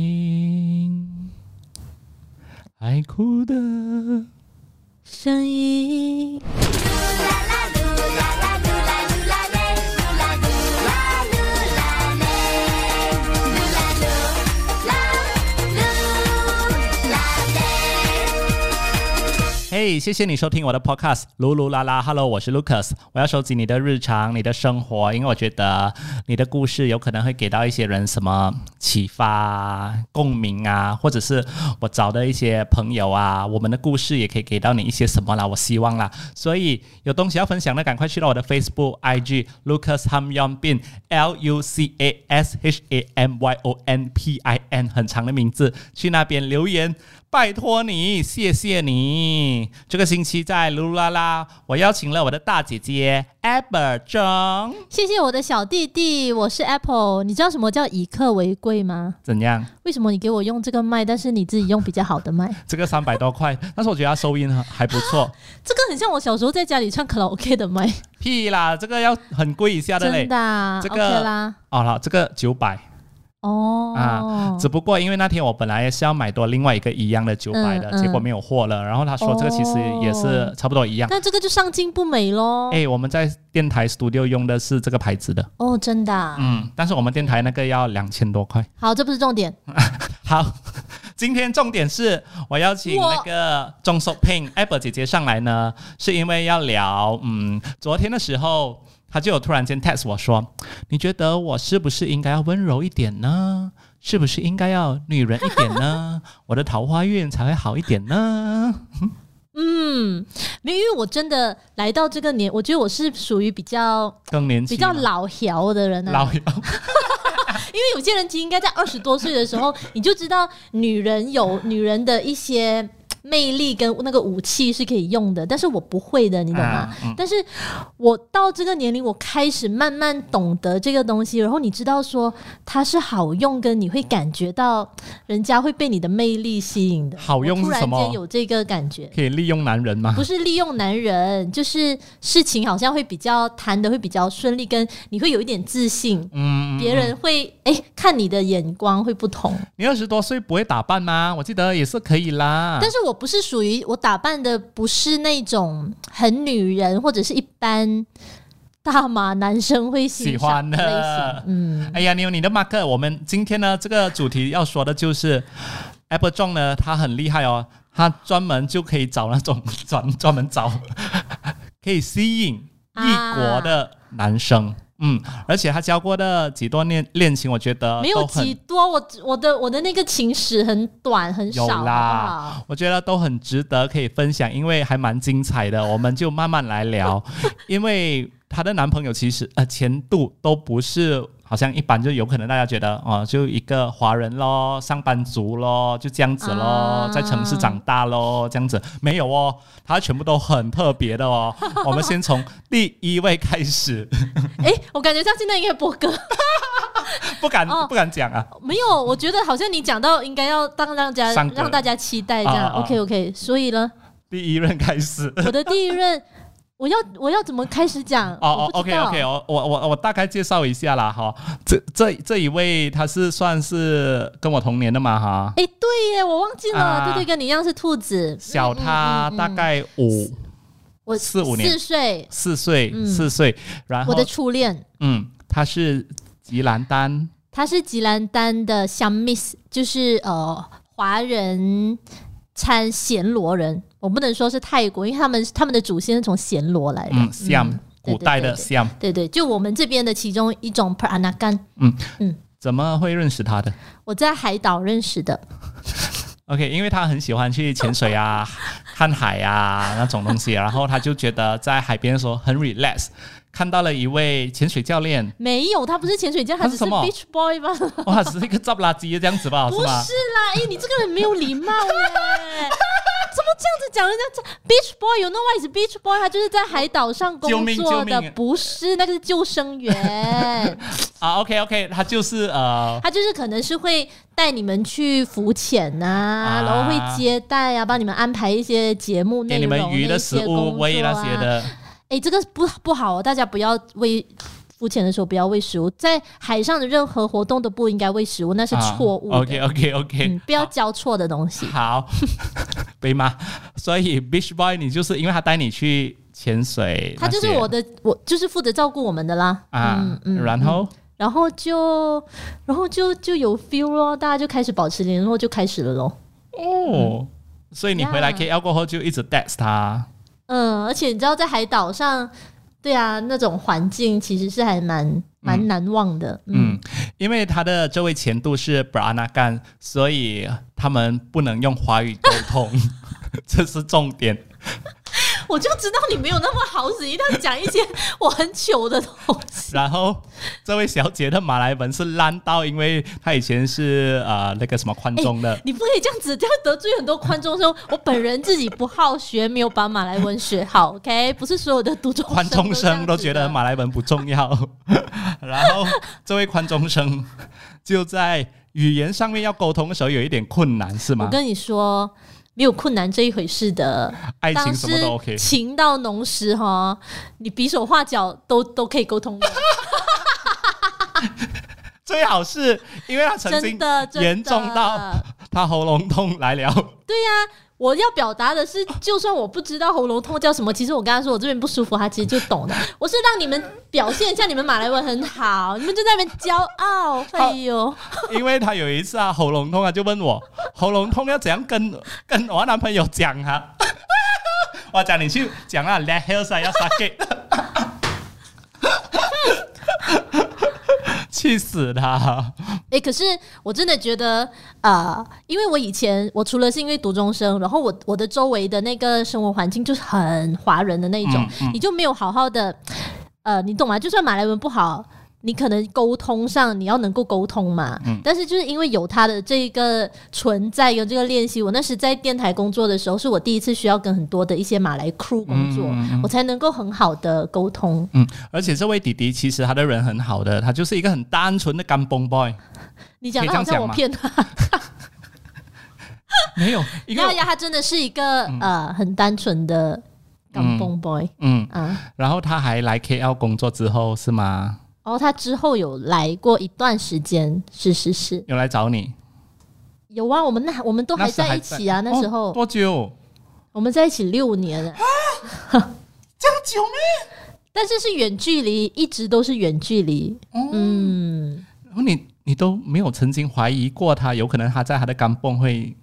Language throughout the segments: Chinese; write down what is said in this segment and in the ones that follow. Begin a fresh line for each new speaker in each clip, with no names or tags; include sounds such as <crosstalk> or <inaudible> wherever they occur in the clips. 听爱哭的
声音。
嘿谢谢你收听我的 podcast《噜噜啦啦》，Hello，我是 Lucas，我要收集你的日常、你的生活，因为我觉得你的故事有可能会给到一些人什么启发啊、共鸣啊，或者是我找的一些朋友啊，我们的故事也可以给到你一些什么啦，我希望啦。所以有东西要分享的，赶快去到我的 Facebook、IG Lucas Ham Yon Bin L U C A S H A M Y O N P I N，很长的名字，去那边留言。拜托你，谢谢你。这个星期在噜噜啦啦，我邀请了我的大姐姐 Aber 张，
谢谢我的小弟弟，我是 Apple。你知道什么叫以客为贵吗？
怎样？
为什么你给我用这个麦，但是你自己用比较好的麦？
这个三百多块， <laughs> 但是我觉得它收音很还不错。
<laughs> 这个很像我小时候在家里唱卡拉 OK 的麦，
屁啦，这个要很贵一下的嘞
真。的、啊
这个
OK 啦。
好了，这个九百
哦，
啊，只不过因为那天我本来是要买多另外一个一样的九百的，
嗯嗯
结果没有货了。然后他说这个其实也是差不多一样。
那这个就上镜不美喽。
哎，我们在电台 studio 用的是这个牌子的，
哦，真的啊、
嗯，但是我们电台那个要两千多块。
好，这不是重点。
好， <laughs> 今天重点是我邀请那个钟淑萍 a b b 姐姐上来呢，是因为要聊，嗯，昨天的时候她就有突然间 text 我说，你觉得我是不是应该要温柔一点呢？是不是应该要女人一点
<laughs>
呢？我的桃花运才会好一点呢？
嗯，没有，因为我真的来到这个年，我觉得我是属于比较
更年啊期
比较
嘛
老条的人啊。
老 <laughs> 妖，
因为有些人其实应该在二十多岁的
<laughs>
时候，你就知道女人有女人的一些魅力跟那个武器是可以用的，但是我不会的，你懂吗？
啊嗯
但是我到这个年龄，我开始慢慢懂得这个东西，然后你知道说它是好用，跟你会感觉到人家会被你的魅力吸引的。
好用
我突
是什
然间
么？啊
有这个感觉。
可以利用男人吗
不？是利用男人，就是事情好像会比较谈的会比较顺利，跟你会有一点自信，
嗯，啊
别人会哎看你的眼光会不同。
你二十多岁不会打扮吗？我记得也是可以啦。
但是我不是属于我打扮的不是那种很女人或者是一般大码男生会欣
喜
赏
欢
的类型。
的，
嗯，
哎呀，你有你的 mark。我们今天呢，这个主题要说的就是 Apple John 呢，他很厉害哦，他专门就可以找那种 <laughs> 专专门找 <laughs> 可以吸引
啊
异国的男生。嗯，而且他教过的几段恋恋情，我觉得
没有
啊都很
几多，我我的我的那个情史很短很少，
有
好不
啦
好？
我觉得都很值得可以分享，因为还蛮精彩的，我们就慢慢来
<laughs>
聊。因为她的男朋友其实呃前度都不是。好像一般就有可能大家觉得哦、就一个华人咯，上班族咯，就这样子咯，
啊
在城市长大咯，这样子没有哦，他全部都很特别的
<laughs>
哦。我们先从第一位开始，
哎、我感觉像现在应该播歌，
不敢、
哦
不敢讲啊，
没有，我觉得好像你讲到应该要当让家
上歌
让大家期待这样。
啊啊啊
OK OK，所以呢，
第一任开始。
我的第一任，我要我要怎么开始讲？
哦哦
我不
，OK
知道
OK，我我我我大概介绍一下啦哈，这这这一位他是算是跟我同年的嘛哈，
哎、对耶，我忘记了，
啊
对对，跟你一样是兔子，
小他
嗯嗯嗯嗯
大概五、
我
四五年
四岁，
四岁、
嗯
四岁，然
我
后
的初恋，
嗯，他是吉兰丹
他是吉兰丹的香 miss，就是呃华人掺暹罗人，我不能说是泰国，因为他们他们的祖先是从暹罗来的，
嗯 Siam、
对
古代的
对
Siam，
对对，就我们这边的其中一种 Peranakan，
怎么会认识他的
我在海岛认识的，
？OK，因为他很喜欢去潜水啊、 <laughs> 看海啊那种东西，然后他就觉得在海边的时候很 relax，看到了一位潜水教练，
没有，他不是潜水家，
他
他
是
只是
什么
beach boy 吧？
哇，只是一个 <laughs> 杂不拉啊几的这样子吧，
不是
吗？
啦，哎、你这个人没有礼貌哎、 <laughs> 怎么这样子讲人家这 beach boy？You know why is beach boy？他就是在海岛上工
救命救
作的，
命
不是那个是救
<laughs>
生员，
啊，OK OK，他就是呃，
他就是可能是会带你们去浮潜呐、
啊
然后会接待啊，帮你们安排一些节目内
给你
容、
们鱼的食
那一些工
物
作
喂那些
啊。
的，
哎、这个不不好哦，大家不要喂浮潜的时候不要喂食物，在海上的任何活动都不应该喂食物，那是
啊
错误的。
OK OK OK，、
嗯，不要交错的东西。
好， <laughs> 被骂。所以 Beach Boy，你就是因为他带你去潜水那啊
他
些，
就是我的，嗯我就是负责照顾我们的啦。
啊，然后
然后就，然后就就有 feel 咯，大家就开始保持联络，就开始了咯。
哦，所以你回来
Yeah
KL 过后就一直 text 他，
嗯，而且你知道，在海岛上，对啊，那种环境其实是还蛮蛮难忘的。嗯，
嗯，因为他的这位前度是 Brana 干，所以他们不能用华语沟通， <laughs> 这是重点。
我就知道你没有那么好使，一定要讲一些我很糗的东西。 <laughs>
然后这位小姐的马来文是烂到，因为她以前是呃那个什么宽中的。
你不可以这样子，这样得罪很多观众。说我本人自己不好学，没有把马来文学好。OK，不是所有的读中
宽中生都觉得
嘛。
马来文不重要，
哦
<laughs> 然后这位宽中生就在语言上面要沟通的时候有一点困难，是
我
吗？
跟你说，没有困难这一回事的。
爱
当
情
时
什么都 OK，
情到浓时哈，你比手画脚都都可以沟通的。
最好是因为他 <laughs> 曾
真
经
的，真的
严重到他喉咙痛来了，
我要表达的是，就算我不知道喉咙痛叫什么，其实我跟他说我这边不舒服，他其实就懂
<laughs>
的。我是让你们表现一下你们马来文很好，你们就在那边骄傲。哎呦，
<laughs> 因为他有一次啊喉咙痛啊就问我喉咙痛要怎样跟跟我男朋友讲啊， <laughs> 我讲你去讲啊，let h e l s 啊要 s a k <laughs> 气死他！
哎、可是我真的觉得，呃，因为我以前我除了是因为读中生，然后我我的周围的那个生活环境就是很华人的那一种，
嗯嗯
你就没有好好的，呃，你懂吗？就算马来文不好。你可能沟通上你要能够沟通嘛，
嗯
但是就是因为有他的这个存在，有这个练习，我那时在电台工作的时候，是我第一次需要跟很多的一些马来 crew 工作，我才能够很好的沟通。
嗯，而且这位弟弟其实他的人很好的，他就是一个很单纯的干崩 boy。
你讲
可以
的
这样讲
好像我
吗
骗他，
没有，因为
丫
我
丫他真的是一个、呃很单纯的港风 boy
嗯，
啊。
然后他还来 KL 工作之后是吗？
然后他之后有来过一段时间，是是是，
有来找你，
有啊，我们那我们都
那
还
时
在一起啊，那时候、
哦啊多久？
我们在一起六年了，
这样久咩？
但是是远距离，一直都是远距离。
哦
嗯，
然后你你都没有曾经怀疑过他，有可能他在他的干崩会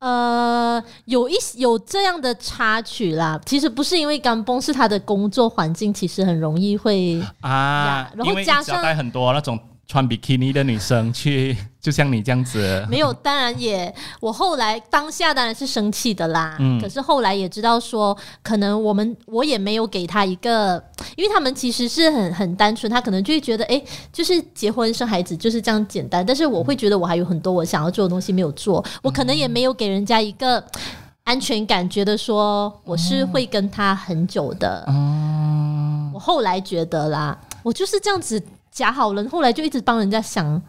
呃，有一有这样的插曲啦，其实不是因为港崩，是他的工作环境其实很容易会
啊
呀，然后
因为一
加
直
上
要带很多那种穿比基尼的女生去， <laughs> 就像你这样子，
没有，当然也，我后来当下当然是生气的啦。
嗯
可是后来也知道说，可能我们我也没有给他一个，因为他们其实是很很单纯，他可能就会觉得，诶，就是结婚生孩子就是这样简单。但是我会觉得我还有很多我想要做的东西没有做，我可能也没有给人家一个安全感，觉得说我是会跟他很久的。我后来觉得啦，我就是这样子假好人，后来就一直帮人家想。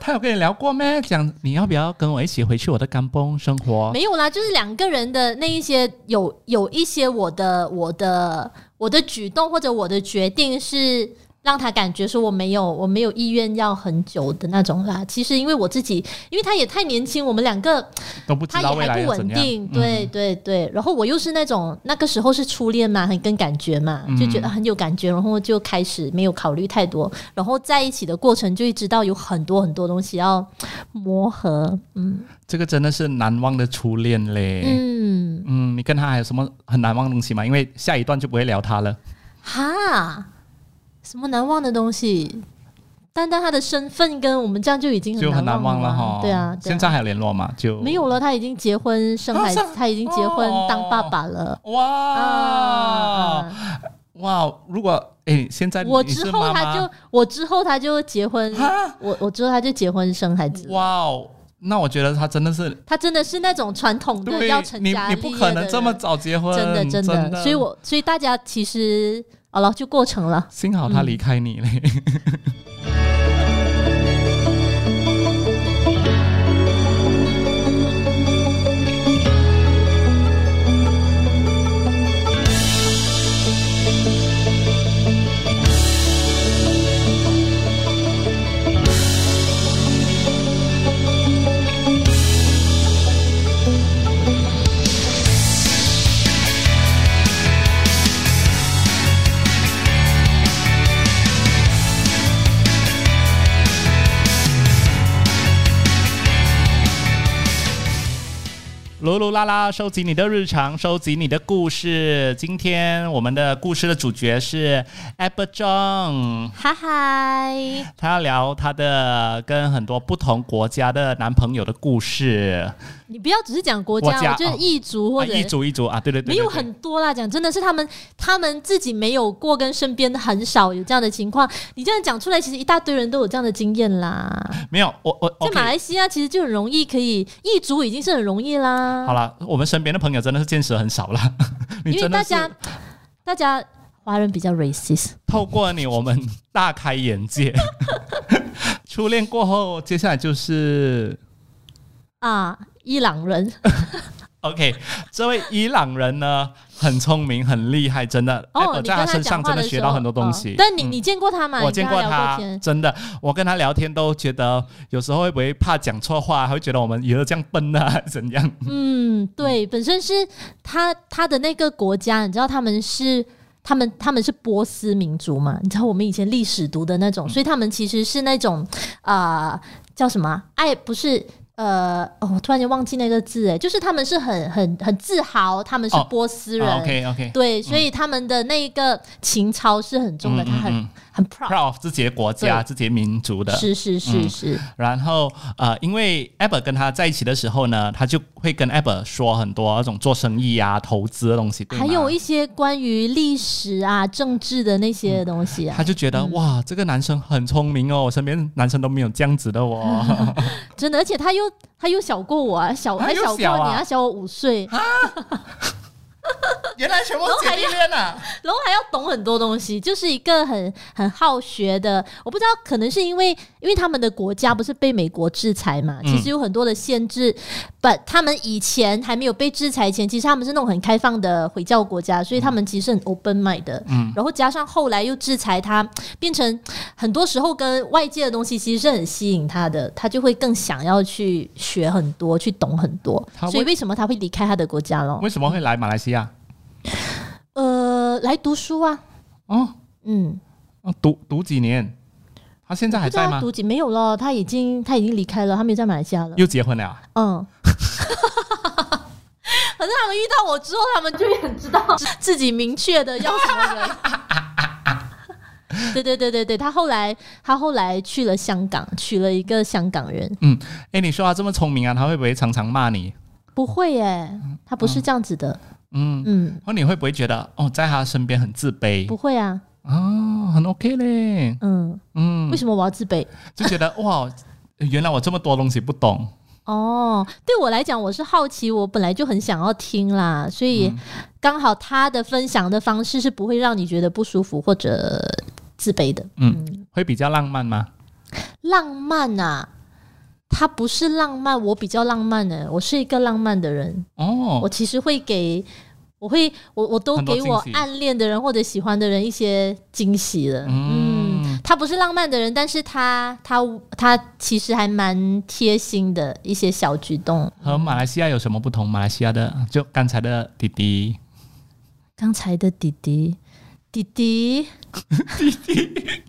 他有跟你聊过咩？讲你要不要跟我一起回去我的干崩生活？
没有啦，就是两个人的那一些有有一些我的我的我的举动或者我的决定是让他感觉说我没有我没有意愿要很久的那种啦。其实因为我自己，因为他也太年轻，我们两个
都不知
他
道
也
未来
还不
要怎
稳
样。嗯
定，对对对。然后我又是那种那个时候是初恋嘛，很跟感觉嘛，
嗯
就觉得很有感觉，然后就开始没有考虑太多。然后在一起的过程就会知道有很多很多东西要磨合，嗯
这个真的是难忘的初恋嘞。
嗯。
嗯，你跟他还有什么很难忘的东西吗？因为下一段就不会聊他了。
哈，什么难忘的东西？单单他的身份跟我们这样就已经
就很
难
难忘
了
了
嘛
哈。
对啊，对啊
现在还有联络吗？就
没有了，他已经结婚生孩子
啊，是
他已经结婚
哦
当爸爸了。
哇、
啊，
哇！如果哎，现在
我
你是
之后
妈妈
他就我之后他就结婚，
啊
我我之后他就结婚生孩子。
哇哦，那我觉得他真的是
他真的是那种传统的
对
要成
你
家立
你
业
不可能
的
这么
人
早结婚，
真的
真
真的，所以我所以大家其实好了就过程了。
幸好他离开你嘞。 <laughs> 噜噜啦啦，收集你的日常，收集你的故事。今天我们的故事的主角是 Amber Zhang，
嗨嗨，
她要聊她的跟很多不同国家的男朋友的故事。
你不要只是讲国
国家
家，我觉
哦
得异族或
啊，
者
一组一组啊，对对对对
没有
对
很多啦，讲真的是他们他们自己没有过，跟身边的很少有这样的情况。你这样讲出来，其实一大堆人都有这样的经验啦。
没有，我我
在
OK
马来西亚其实就很容易可以一族已经是很容易啦。
好了，我们身边的朋友真的是见识很少了。 <laughs> 你
因为
真的
大
是
家大家华人比较 racist，
透过你，我们大开眼界。初恋过后，接下来就是
啊，伊朗
<laughs>
人
OK。这位伊朗人呢，很聪明，很厉害，真的。
哦，
Apple
你
在
跟他
身上
讲话
真
的
的
时候
学到很多东西。
哦但你
嗯
你见过他吗？
我
你跟
见过
他聊
他，
天，
真的，我跟他聊天都觉得，有时候会不会怕讲错话，还会觉得我们以后这样笨啊，怎样？
嗯，对，本身是他他的那个国家，你知道他们是。他们他们是波斯民族嘛？你知道我们以前历史读的那
嗯
种，所以他们其实是那种呃叫什么啊爱不是呃哦，我突然间忘记那个字哎，就是他们是很很很自豪，他们是
哦
波斯人，
OK OK，
对，所以他们的那个情操是很重的，
嗯
他很、
嗯嗯
很 proud。
，proud of 自己的国家、自己的民族的。嗯
是是是是，
然后呃，因为 Amber 跟他在一起的时候呢，他就会跟 Amber 说很多那种做生意啊、投资的东西，对吗
还有一些关于历史啊、政治的那些东西啊，
他就觉得、哇，这个男生很聪明哦，我身边男生都没有这样子的哦。
真的，而且他又他又小过我啊，小
他
还
又
小过你
小啊
他小我五岁，
<laughs> 原来全部
都还
弟恋啊！
然后还要懂很多东西，就是一个很很好学的。我不知道，可能是因为因为他们的国家不是被美国制裁嘛，
嗯
其实有很多的限制。but 他们以前还没有被制裁前，其实他们是那种很开放的回教国家，所以他们其实很 open mind 的。嗯，然后加上后来又制裁他，变成很多时候跟外界的东西其实是很吸引他的，他就会更想要去学很多，去懂很多
他。会
所以为什么他会离开他的国家咯？
<laughs> 为什么会来马来西亚？
呃，来读书啊，
哦，
嗯。
哦读读几年？他现在还
不知道
在
他
吗？
读几没有了，他已经他已经离开了，他没有在马来西亚了。
又结婚了啊？ <laughs>
嗯。可是他们遇到我之后，他们就会很
<laughs>
知道自己明确的要什么人。对对对对对，他后来他后来去了香港，娶了一个香港人。
哎，你说他这么聪明啊，他会不会常常骂你？
不会耶、他不是这样子的。嗯嗯，
哦，你会不会觉得哦，在他身边很自卑
不会啊。
哦，很 OK 嘞，
嗯，
嗯。
为什么我要自卑？
就觉得哇，原来我这么多东西不懂。
哦，对我来讲，我是好奇，我本来就很想要听啦，所以
嗯
刚好他的分享的方式是不会让你觉得不舒服或者自卑的。
嗯，会比较浪漫吗？
浪漫啊，他不是浪漫，我比较浪漫呢、我是一个浪漫的人，我
哦，
其实会给。我会，我我都
很多
给我
惊喜
暗恋的人或者喜欢的人一些惊喜的。嗯，
嗯，
他不是浪漫的人，但是他他他其实还蛮贴心的一些小举动。
和马来西亚有什么不同？马来西亚的就刚才的弟弟，
刚才的弟弟，弟弟，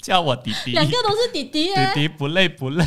叫我弟弟，
两个
弟
都是弟弟哎、
弟不累不累。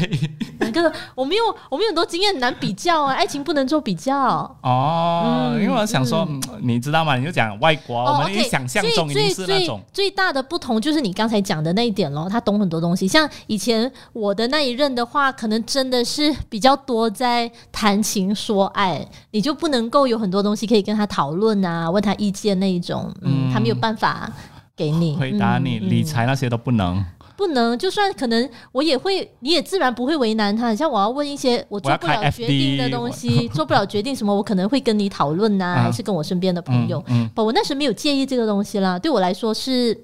两个我没有，我们有很多经验很难比较啊，爱情不能做比较。
哦，因为我想说，嗯你知道吗？你就讲外国，
哦
我们一
OK，
想象
所以
中一定是
最
那
最
种
最大的不同就是你刚才讲的那一点咯，他懂很多东西。像以前我的那一任的话，可能真的是比较多在谈情说爱，你就不能够有很多东西可以跟他讨论啊，问他意见那一种，嗯，他没有办法给你
回答你
嗯嗯
理财那些都不能。
不能，就算可能我也会，你也自然不会为难他。像我要问一些我做不
我要开
了
FD
决定的
<laughs>
东西，做不了决定什么，我可能会跟你讨论呐、
啊
还是跟我身边的朋友。
嗯，
不，我那时没有介意这个东西啦。对我来说是，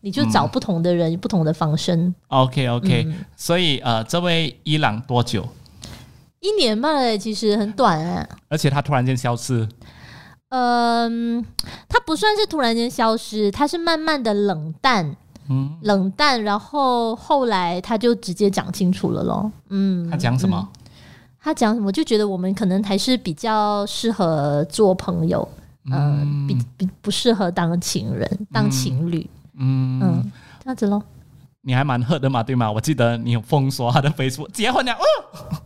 你就
嗯
找不同的人，不同的方身。
OK OK，所
嗯
以呃，这位伊朗多久？
一年半了，其实很短、啊。
而且他突然间消失，
嗯，它不算是突然间消失，它是慢慢的冷淡，
嗯，
冷淡，然后后来他就直接讲清楚了咯。嗯，
他讲什么？
他讲什么，就觉得我们可能还是比较适合做朋友，嗯，比比不适合当情人、当情侣，
嗯
嗯，这样子咯。
你还蛮 hurt 的嘛，对吗？我记得你有封锁他的 Facebook，结婚了，哦，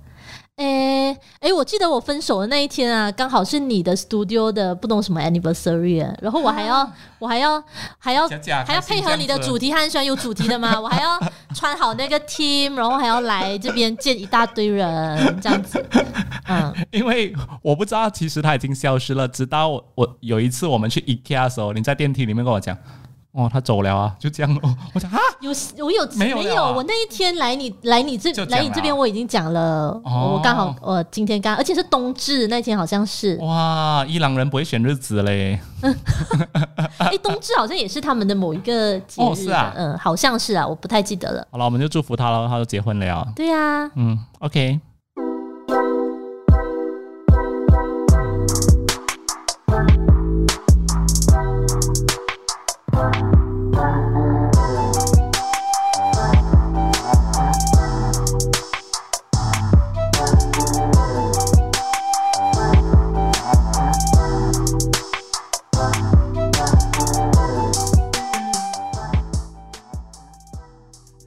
诶、哎，我记得我分手的那一天啊，刚好是你的 studio 的不懂什么 anniversary，啊然后我还要、我还要还要
假假
哦还要
开心
配合你
这
的
样子
主题，他很喜欢有主题的嘛，我还要穿好那个 team，然后还要来这边见一大堆人，这样子，嗯，
因为我不知道，其实他已经消失了。直到我我有一次我们去 IKEA 的时候，你在电梯里面跟我讲，哦，他走了啊，就这样哦。 <laughs> 我讲啊，
有我有
没有了啊
我那一天来你来你这
就讲
来你这边
了啊
我已经讲了，
哦
我刚好我今天刚，而且是冬至那天好像是，
哦哇，伊朗人不会选日子嘞。
哎、冬至好像也是他们的某一个节日，
哦是啊
嗯，好像是啊，我不太记得了。
好了，我们就祝福他了，他就结婚了。
对啊，
嗯，OK。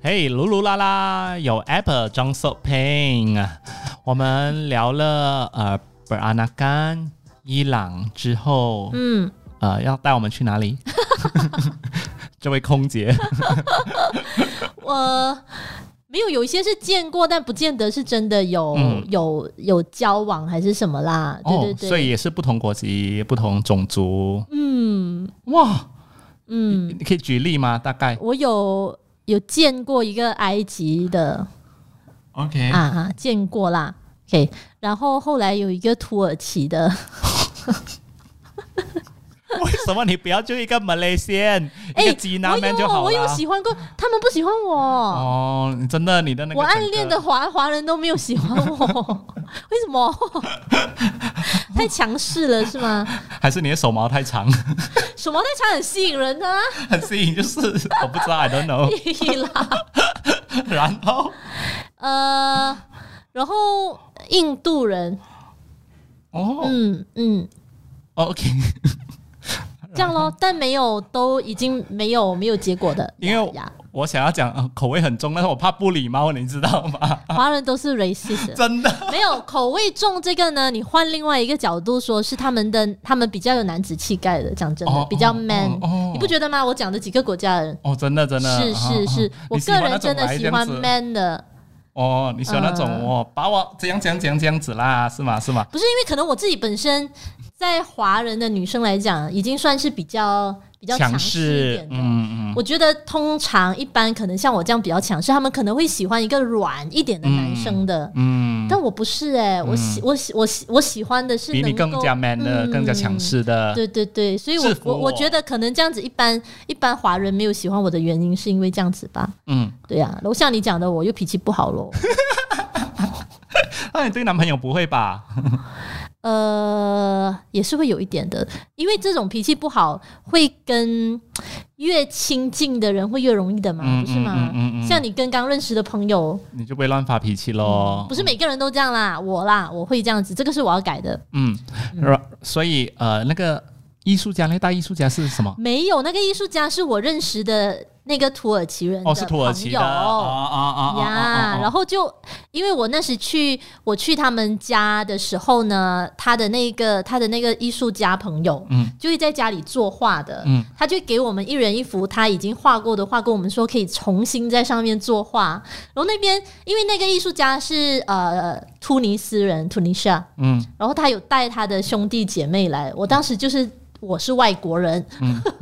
嘿，噜噜啦啦，有 Apple 张秀平，啊我们聊了呃 b e r a n a g a n 伊朗之后，
嗯，
呃，要带我们去哪里？ <laughs> 这位空姐，
我、没有，有一些是见过，但不见得是真的有、
嗯哦
有有交往还是什么啦。对对对，
所以也是不同国籍、不同种族。
嗯
哇，
嗯，
你可以举例吗？大概
我有有见过一个埃及的
OK，
啊啊，见过啦。OK，然后后来有一个土耳其的，
为什么你不要就一个马来西亚、一个吉
哎我
南 man 就
有
好
我有
了？
喜欢过，他们不喜欢我。
哦，你真的，你的那个
我暗
整个
恋的华华人都没有喜欢我， <laughs> 为什么？ <laughs> 太强势了是吗？
还是你的手毛太长， <laughs>
手毛太长很吸引人啊！
很吸引，就是我不知道，I
<laughs>
don't know。
屁啦，哎
然后
呃，然后印度人，
哦、
嗯嗯，
o k 嗯
这样咯，但没有，都已经没有没有结果的，
因为我
呀
我想要讲、呃口味很重，但是我怕不礼貌，你知道吗？
华人都是 racist 的。
真的，
没有口味重这个呢，你换另外一个角度说，是他们的他们比较有男子气概的，讲真的，
哦
比较
哦
man，、
哦
你不觉得吗？我讲的几个国家的人，
哦，真的真的，
是是
啊
是，
啊
我
你喜
个
欢那种
人真的
来
喜
这样
欢
子
man 的，
哦，你喜欢那种
嗯
哦，把我怎样怎样怎样这样子啦，是吗？是吗？
不是因为可能我自己本身在华人的女生来讲，已经算是比较比较强势一
势
点，的。
嗯嗯，
我觉得通常一般可能像我这样比较强势，他们可能会喜欢一个软一点的男生的，
嗯，
但我不是哎、我喜我喜我喜我喜欢的是
比你
能
更
够
加 man 的，更加强。势的
嗯。对对对，所以我
制服
我我
我
觉得可能这样子，一般一般华人没有喜欢我的原因，是因为这样子吧？
嗯，
对呀、啊，楼下你讲的，我又脾气不好喽。
啊那你对男朋友不会吧？
<laughs> 啊呃，也是会有一点的，因为这种脾气不好，会跟越亲近的人会越容易的嘛，
嗯
不是吗？
嗯嗯嗯嗯
像你跟刚认识的朋友，
你就不会乱发脾气喽
嗯不。是每个人都这样啦，我啦，我会这样子，这个是我要改的。
嗯，所以呃，那个艺术家，那个大艺术家是什么？
没有那个艺术家是我认识的那个土耳其人的
哦，是土耳其的，
朋友
啊啊啊啊
呀，
啊！
然后就因为我那时去我去他们家的时候呢，他的那个他的那个艺术家朋友，
嗯
就会在家里作画的，
嗯
他就给我们一人一幅他已经画过的画，跟我们说可以重新在上面作画。然后那边因为那个艺术家是呃突尼斯人，突尼西亚，
嗯，
然后他有带他的兄弟姐妹来，我当时就是。我是外国人，
嗯
<laughs>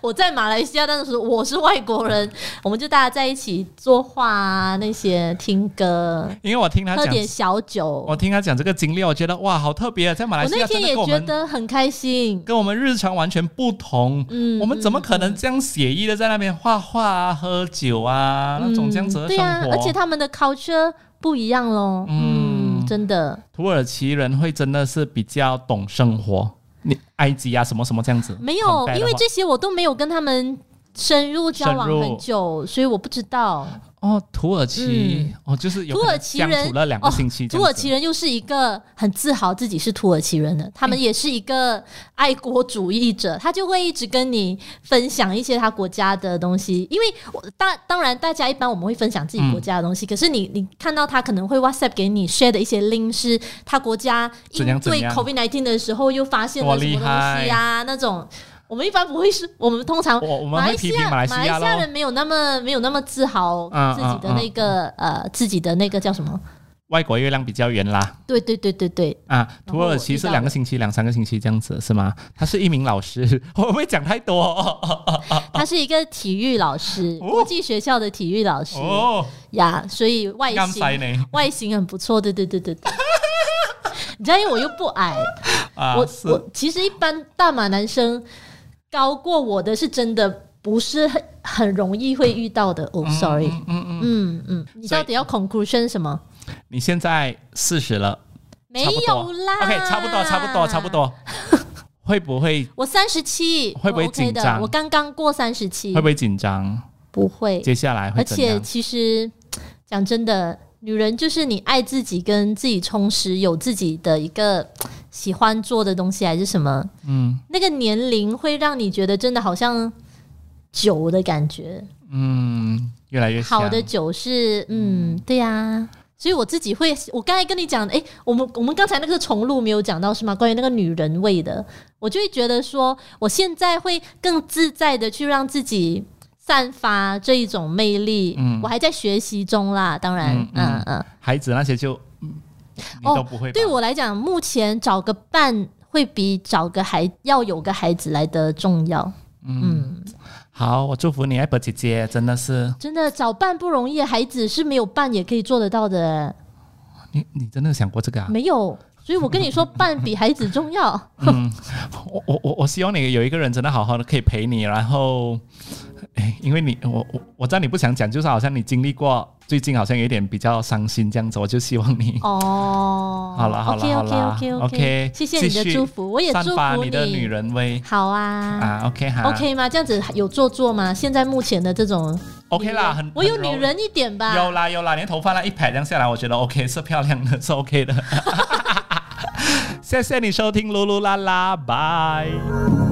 我在马来西亚，但是我是外国
<laughs>
人，我们就大家在一起作画啊，那些听歌，
因为我听他
喝
讲，
点小酒。
我听他讲这个经历，我觉得哇，好特别，啊在马来
我
西
那
亚
天
真的
也
跟我
觉
们
得很开心，
跟我们日常完全不同。
嗯，
我们怎么
嗯
可能这样写意的在那边画画啊、喝酒啊那种这样子的
对
生
啊，
活？
而且他们的 culture 不一样咯。
嗯
嗯，真的
土耳其人会真的是比较懂生活，你埃及啊什么什么这样子，
没有
compare，的
因为
话
这些我都没有跟他们深入交往
深入
很久，所以我不知道。
哦，土耳其、哦，就是有
嗯土
可能
耳其
相
人
处了两个
哦
星期这样
土耳
子
其人又是一个很自豪自己是土耳其人的，他
嗯
们也是一个爱国主义者，他就会一直跟你分享一些他国家的东西。因为我大当然大家一般我们会分享自
嗯
己国家的东西，可是你你看到他可能会 WhatsApp 给你 share 的一些 link 是他国家应
怎样怎
对
样
COVID 19的时候又发现
多
了什么
厉
东西啊那种。我们一般不会是，我们通常
我我们
马
会
来
批
西
评
亚
马来西亚
西亚
咯
人没有那么没有那么自豪
嗯
自己的那个、呃自己的那个叫什么？
外国月亮比较圆啦
对对对对对，
啊，
后
土耳其是两个星期、两三个星期这样子是吗？他是一名老师， <laughs> 我会不会讲太多
<laughs>
哦
他是一个体育老师，
哦
国际学校的体育老师
哦，
呀，所以外
刚才
形
呢
外形很不错，对对对
<laughs>
对对。你知道，因为我又不矮，
啊，
我
是
我其实一般大马男生高过我的是真的不是很很容易会遇到的。哦、
嗯
s o r r y
嗯嗯嗯，
嗯嗯，你
所以
到底要 conclusion 什么？
你现在四十了，
没
差不多
有啦
OK，差不多，差不多，差不。
<laughs>
多。会不会
我三十七，
会不会
我 OK 的
紧张
我刚刚过三十七，
会不会紧张？
不会？
接下来会
而
怎
且
样？
其实讲真的，女人就是你爱自己，跟自己充实，有自己的一个喜欢做的东西，还是什么？
嗯
那个年龄会让你觉得真的好像酒的感觉，
嗯，越来越像
好的酒是，嗯，对呀、所以我自己会，我刚才跟你讲，诶，我们我们刚才那个重录没有讲到是吗？关于那个女人味的，我就会觉得说，我现在会更自在的去让自己散发这一种魅力。
嗯
我还在学习中啦，当然，
嗯
嗯
嗯
嗯。
孩子那些就嗯你
哦
都不会吧
对我来讲，目前找个伴会比找个孩要有个孩子来的重要。嗯，
好，我祝福你，Apple 姐姐，真的是
真的找伴不容易，孩子是没有伴也可以做得到的。
你，你真的想过这个啊？
没有，所以我跟你说，伴比孩子重
<laughs>
要。
我我我我希望你有一个人真的好好的可以陪你，然后，哎，因为你我我我知道你不想讲，就是好像你经历过最近好像有一点比较伤心这样子，我就希望你
哦，
好啦好啦
o k
好
OK
啦
OK
OK，
谢谢你
继
的
续
祝福，我也
散
祝
发
福
你的女人味
好啊。
啊，OK 哈
OK 吗？这样子有做作吗？现在目前的这种
OK 啦，
女人
很
我有
很柔
女人一啊点吧。
有啦有啦，你的头发那一排这样下来，我觉得 OK 是漂亮的，是 <laughs> OK 的。谢谢你收听噜噜啦啦，拜。